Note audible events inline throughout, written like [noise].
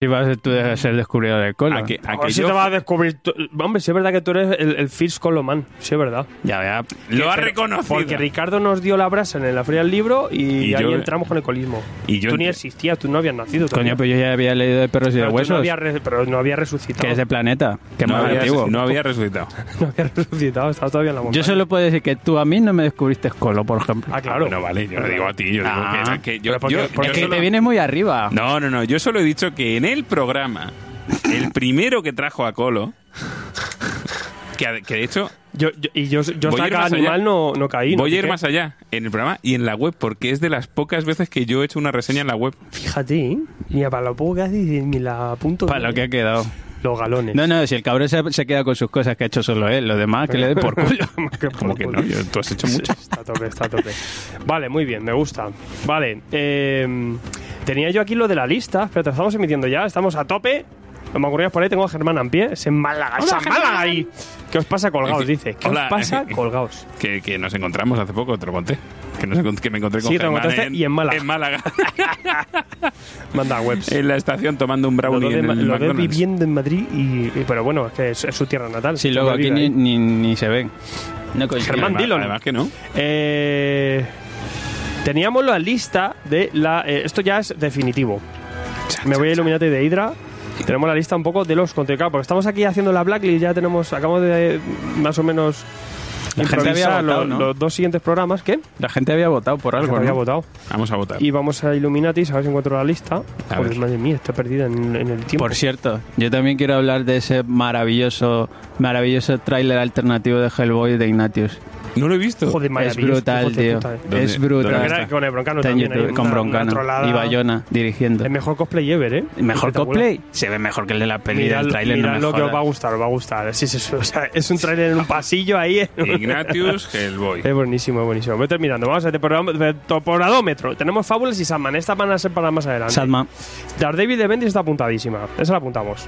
Si vas a ser tú de ser descubridor del colo. Aquí- aquí Ahora sí yo- te vas a descubrir. tú- Hombre, sí es verdad que tú eres el, el first Coloman. Sí es verdad. Ya, ya. Lo ha Pero- reconocido. Porque Ricardo nos dio la brasa en la feria del libro y, Y ahí yo- entramos con el colismo. y yo tú ni ent- existías, tú no habías nacido. todavía. Coño, pues yo ya había leído de perros y de pero, tú no huesos. habías re- pero no había resucitado. Que es de planeta. Que es no, más había, antiguo. no había resucitado. [laughs] No había resucitado, estabas todavía en la montaña. Yo solo puedo decir que tú a mí no me descubriste Colo, por ejemplo. Ah, claro. No, vale, yo no digo a ti. Yo digo Ah. que, que yo, Pero porque- yo- yo porque es que solo- te vienes muy arriba. No, no, no. Yo solo he dicho que en el programa, el primero que trajo a Colo, que, ha- que de hecho Yo- yo- y yo, yo Voy a hasta ir cada más allá. animal no, no caí. ¿no? voy a ir Porque- más allá, en el programa y en la web, porque es de las pocas veces que yo he hecho una reseña en la web. Fíjate, ¿eh? mira, para lo poco que haces, ni la punto. Para lo que ha quedado. Los galones. [laughs] No, no, si el cabrón se, se queda con sus cosas que ha hecho solo él, lo demás que le dé por [laughs] culo. Que por Como que culo. no, yo- tú has hecho mucho. Está a tope, está a tope. Vale, muy bien, me gusta. Vale, eh, tenía yo aquí lo de la lista. Espérate, lo estamos emitiendo ya, estamos a tope. No me ocurría por ahí, tengo a Germán en pie. Es en Málaga, es en Málaga ahí. ¿Qué os pasa colgados? Dice. ¿Qué Hola. os pasa colgados? Que, que nos encontramos hace poco, te lo conté. Que, nos encont- que me encontré con Sí, te lo Germán contaste en, y en Málaga. En Málaga, [laughs] Manda webs. en la estación tomando un lo brownie veo, de- Eh, en el lo veo McDonald's. viviendo en Madrid y, y- Pero bueno, es que es, es su tierra natal. Si luego Vive aquí ni, ahí. ni, ni se ven. No coincide. ¿eh? Germán, Además- dilo. Además que no. Eh, teníamos la lista de la. eh, esto ya es definitivo. Me voy a Illuminati de Hydra. Tenemos la lista un poco de los complicados, porque estamos aquí haciendo la blacklist, ya tenemos, acabamos de eh, más o menos La gente había improvisar votado, los, ¿no? los dos siguientes programas que La gente había votado por que algo, había ¿no? votado. Vamos a votar. Y vamos a Illuminati, a ver si encuentro la lista. A Joder, ver. madre mía, está perdida en, en el tiempo. Por cierto, yo también quiero hablar de ese maravilloso, maravilloso tráiler alternativo de Hellboy de Ignatius. No lo he visto. Joder, Es maravilloso, brutal, hijo de tío. puta, eh. ¿Dónde- Es brutal. dónde Pero que está? era con el Broncano Está en también, ahí YouTube, con una- una Broncano trolada. y Bayona dirigiendo. El mejor cosplay ever, ¿eh? ¿Mejor Espectacular. cosplay? Se ve mejor que el de la peli Mirad, del tráiler, no mirad me lo que os va a jodas. gustar, os va a gustar. Sí, sí, sí, o sea, es un tráiler en un pasillo ahí. en un- Ignatius Hellboy. Es buenísimo, es buenísimo. Voy terminando. Vamos a temporadómetro. Tenemos Fábulas y Sandman. Estas van a ser para más adelante. Sadma. Daredevil de Bendis está apuntadísima. Esa la apuntamos.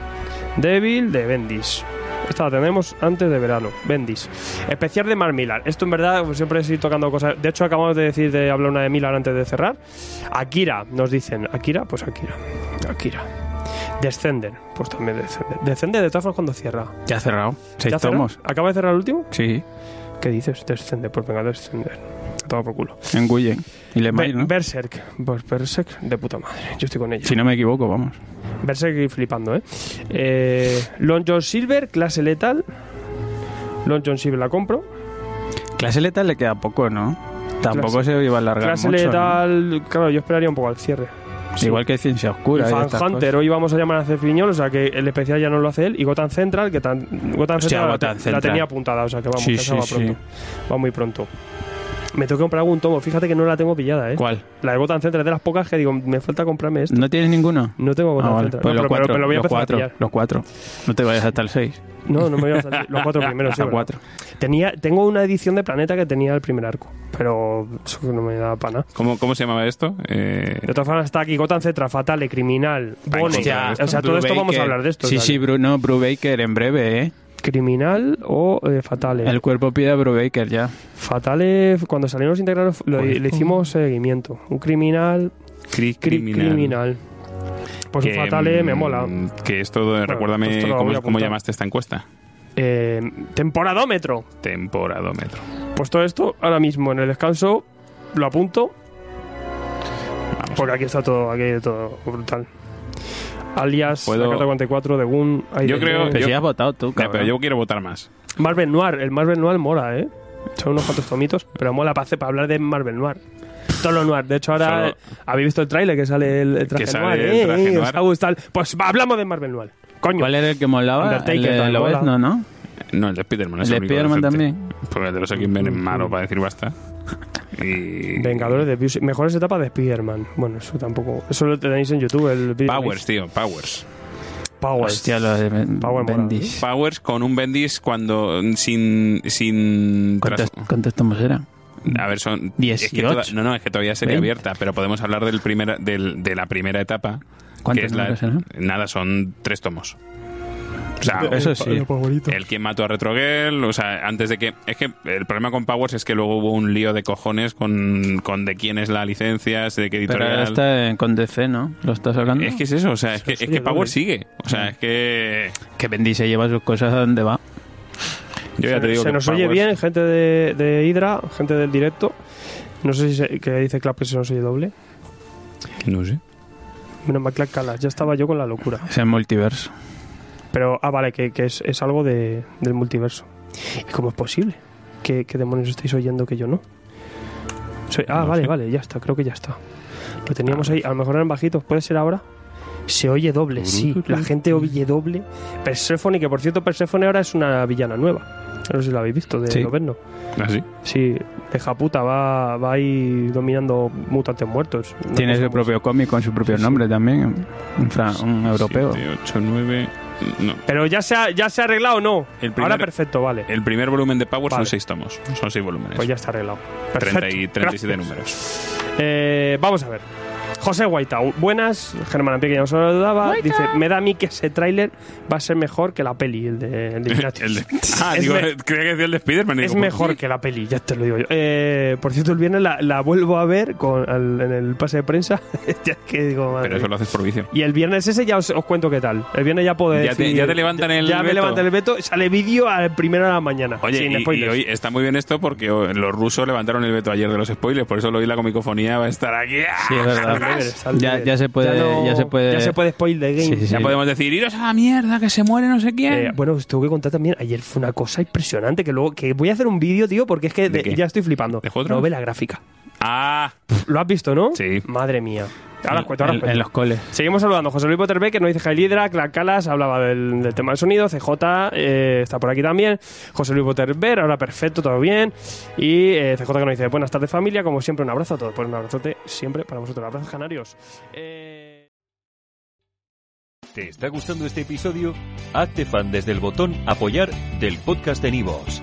Devil de Bendis. Esta la tenemos antes de verano. Bendis. Especial de Mark Millar. Esto en verdad pues, siempre estoy tocando cosas. De hecho, acabamos de decir de hablar una de Millar antes de cerrar. Akira, nos dicen. Akira, pues Akira. Akira. Descender, pues también Descender. Descender de todas formas cuando cierra. Ya ha cerrado. Seis ¿Ya cerró? tomos. ¿Acaba de cerrar el último? Sí, ¿Qué dices? Descender, pues venga, descender. Toma por culo. en Guyen. Y le Be- ¿no? Berserk. Pues Berserk de puta madre. Yo estoy con ella. Si no me equivoco, vamos. Berserk y flipando, ¿eh? eh Long John Silver, clase letal. Long John Silver la compro. Clase letal le queda poco, ¿no? Tampoco se iba a alargar clase mucho. ¿no? letal, claro, yo esperaría un poco al cierre. Sí. Igual que Ciencia Oscura. y Fan estas Hunter, hoy vamos a llamar a Cefiñol, o sea que el especial ya no lo hace él. Y Gotham Central, que tan, Gotham, Hostia, Central, la Gotham te- la, Central. tenía apuntada, o sea que vamos, Sí, que esa sí, va sí. pronto. Va muy pronto. Me tengo que comprar algún tomo, fíjate que no la tengo pillada, ¿eh? cosas. ¿Cuál? La de Gotham Central es de las pocas que digo, me falta comprarme esto. ¿No tienes ninguno? No tengo Gotham Ah, vale. Central. Pues No, los pero- cuatro. pero lo voy a los empezar a cuatro. pillar. los cuatro. No te vayas hasta el seis. No, no me voy a salir. Los [laughs] cuatro primeros, sí, hasta ¿verdad? cuatro. Tenía, tengo una edición de Planeta que tenía el primer arco, pero eso no me daba pana. ¿Cómo, ¿Cómo se llamaba esto? Eh, De todas formas, está aquí Gotham Cetra, Fatale, Criminal, Bone. O Hostia, sea, todo esto vamos a hablar de esto. Sí, o sea, sí, Bruno, Brubaker en breve, ¿eh? Criminal o eh, Fatale. El cuerpo pide a Brubaker ya. Fatale, cuando salimos integrales, lo- le hicimos seguimiento. Un criminal, Cri- cri- criminal. Pues un Que, Fatale mm, me mola. Que esto, eh, recuérdame pues esto lo voy a cómo, cómo apuntar. llamaste esta encuesta. Eh, temporadómetro. Temporadómetro. Pues todo esto, ahora mismo en el descanso, lo apunto. Vamos. Porque aquí está todo, aquí hay todo brutal. Alias, Puedo- Akata 44, de Goon, hay Yo de creo- todo. Pero Yo- si has votado tú, Ya, cabrón. pero yo quiero votar más. Marvel Noir, el Marvel Noir mola, ¿eh? Son unos cuantos tomitos, pero mola para, hacer- para hablar de Marvel Noir. Todo lo noir. De hecho, ahora Solo- eh, habéis visto el tráiler que sale el, el traje sale noir. el ¿eh? traje ¿eh? noir. ¿Os ha gustado? Pues va, hablamos de Marvel Noir. Coño. ¿Cuál era el que molaba? Undertaker el de también Lobezno, mola. ¿no? No, el de Spiderman. es El de único Spiderman decente. también. Porque el de los X-Men es malo para decir basta. Y- Vengadores Mm. de Busey. Mejores etapas de Spider-Man. Bueno, eso tampoco. Eso lo tenéis en YouTube, el vídeo. Powers, tío, Powers. Powers. Hostia, lo de Ben- Pues Power mola, Bendis. Powers con un Bendis cuando sin sin ¿Cuántos, tras- cuántos tomos eran? a ver son ¿Dieciocho? es que toda- no no es que todavía sería 20. abierta pero podemos hablar del primera del- de la primera etapa que ¿Cuántos es la, números eran? nada son tres tomos o sea, Eso sí. El quien mató a Retro Girl, o sea, antes de que... Es que el problema con Powers es que luego hubo un lío de cojones con, con de quién es la licencia, de qué Pero ahora editorial... está en- con DC, ¿no? ¿Lo está sacando? Eh. Es que es eso, o sea, es que, es Oye, que Powers doble. sigue. O sea, es que... Que Bendis se lleva sus cosas a donde va. Yo ya se te digo se que nos oye Powers- bien, gente de, de Hydra, gente del directo. No sé si se- que dice Clap que se nos oye doble. No sé. Menos mal Clap Calas, ya estaba yo con la locura. Es el multiverso. Pero, ah, vale, que, que es, es algo de, del multiverso. ¿Y cómo es posible? ¿Qué, qué demonios estáis oyendo que yo no? Soy- ah, No vale, sé. Ah. vale, ya está, creo que ya está. Lo teníamos ahí, a lo mejor eran bajitos, ¿puede ser ahora? Se oye doble, sí, la gente oye doble. Persephone, que por cierto, Persephone ahora es una villana nueva. No sé si la habéis visto, de Sí. Noverno. Así. Sí, de japuta, va, va ahí dominando mutantes muertos. Una Tiene cosa su muy- propio cómic con su propio Sí, sí. nombre también. Un, fra- un europeo. 8, 9... No. Pero ya se ha, ya se ha arreglado o no. El Ahora primer- perfecto, vale. El primer volumen de Powers Vale. son seis tomos. Son seis volúmenes. Pues ya está arreglado. 30 Perfecto. y 37 Gracias. números. Eh, vamos a ver. José Guaitau, buenas. Germán Ampie, que ya nos saludaba. Dice, me da a mí que ese tráiler va a ser mejor que la peli, el de, [laughs] el de Ignatius. El de- Ah, Es digo, me- [laughs] creía que decía el de Spider-Man. y Es digo, pues mejor que la peli, ya te lo digo yo. Eh, por cierto, el viernes la, la vuelvo a ver con, al- en el pase de prensa. [laughs] ya que digo, madre Pero eso mía. lo haces por vicio. Y el viernes ese ya os, os cuento qué tal. El viernes ya puedo Ya te- decir- ya te levantan el Ya me veto. levantan el veto. Sale vídeo a la primera de la mañana. Oye, sin y- y, spoilers. hoy está muy bien esto porque oh, los rusos levantaron el veto ayer de los spoilers, por eso lo oí la comicofonía va a estar aquí. Sí, es Está al verdad. [laughs] nivel, está al Ya- nivel. ya se puede- ya se puede- ya se puede spoil the game. Sí, sí, sí. Ya podemos decir, iros a la mierda, que se muere no sé quién. Eh, bueno, os tengo que contar también, ayer fue una cosa impresionante que luego que voy a hacer un vídeo, tío, porque es que ¿De de- qué? ya estoy flipando. ¿De Juego de Tronos? Novela gráfica. ah, ¿Lo has visto, no? Sí. Madre mía. Ahora os cuento, Pues ahora os En- cuento. en los coles. Seguimos saludando. José Luis Poterbe, que nos dice Jailidra, Clark Calas, hablaba del, del tema del sonido, CJ eh, está por aquí también, José Luis Poterbe, ahora perfecto, todo bien, y eh, CJ que nos dice, buenas tardes familia, como siempre un abrazo a todos, pues un abrazote siempre para vosotros, abrazos canarios. Eh, ¿Te está gustando este episodio? Hazte fan desde el botón Apoyar del podcast de Nivos.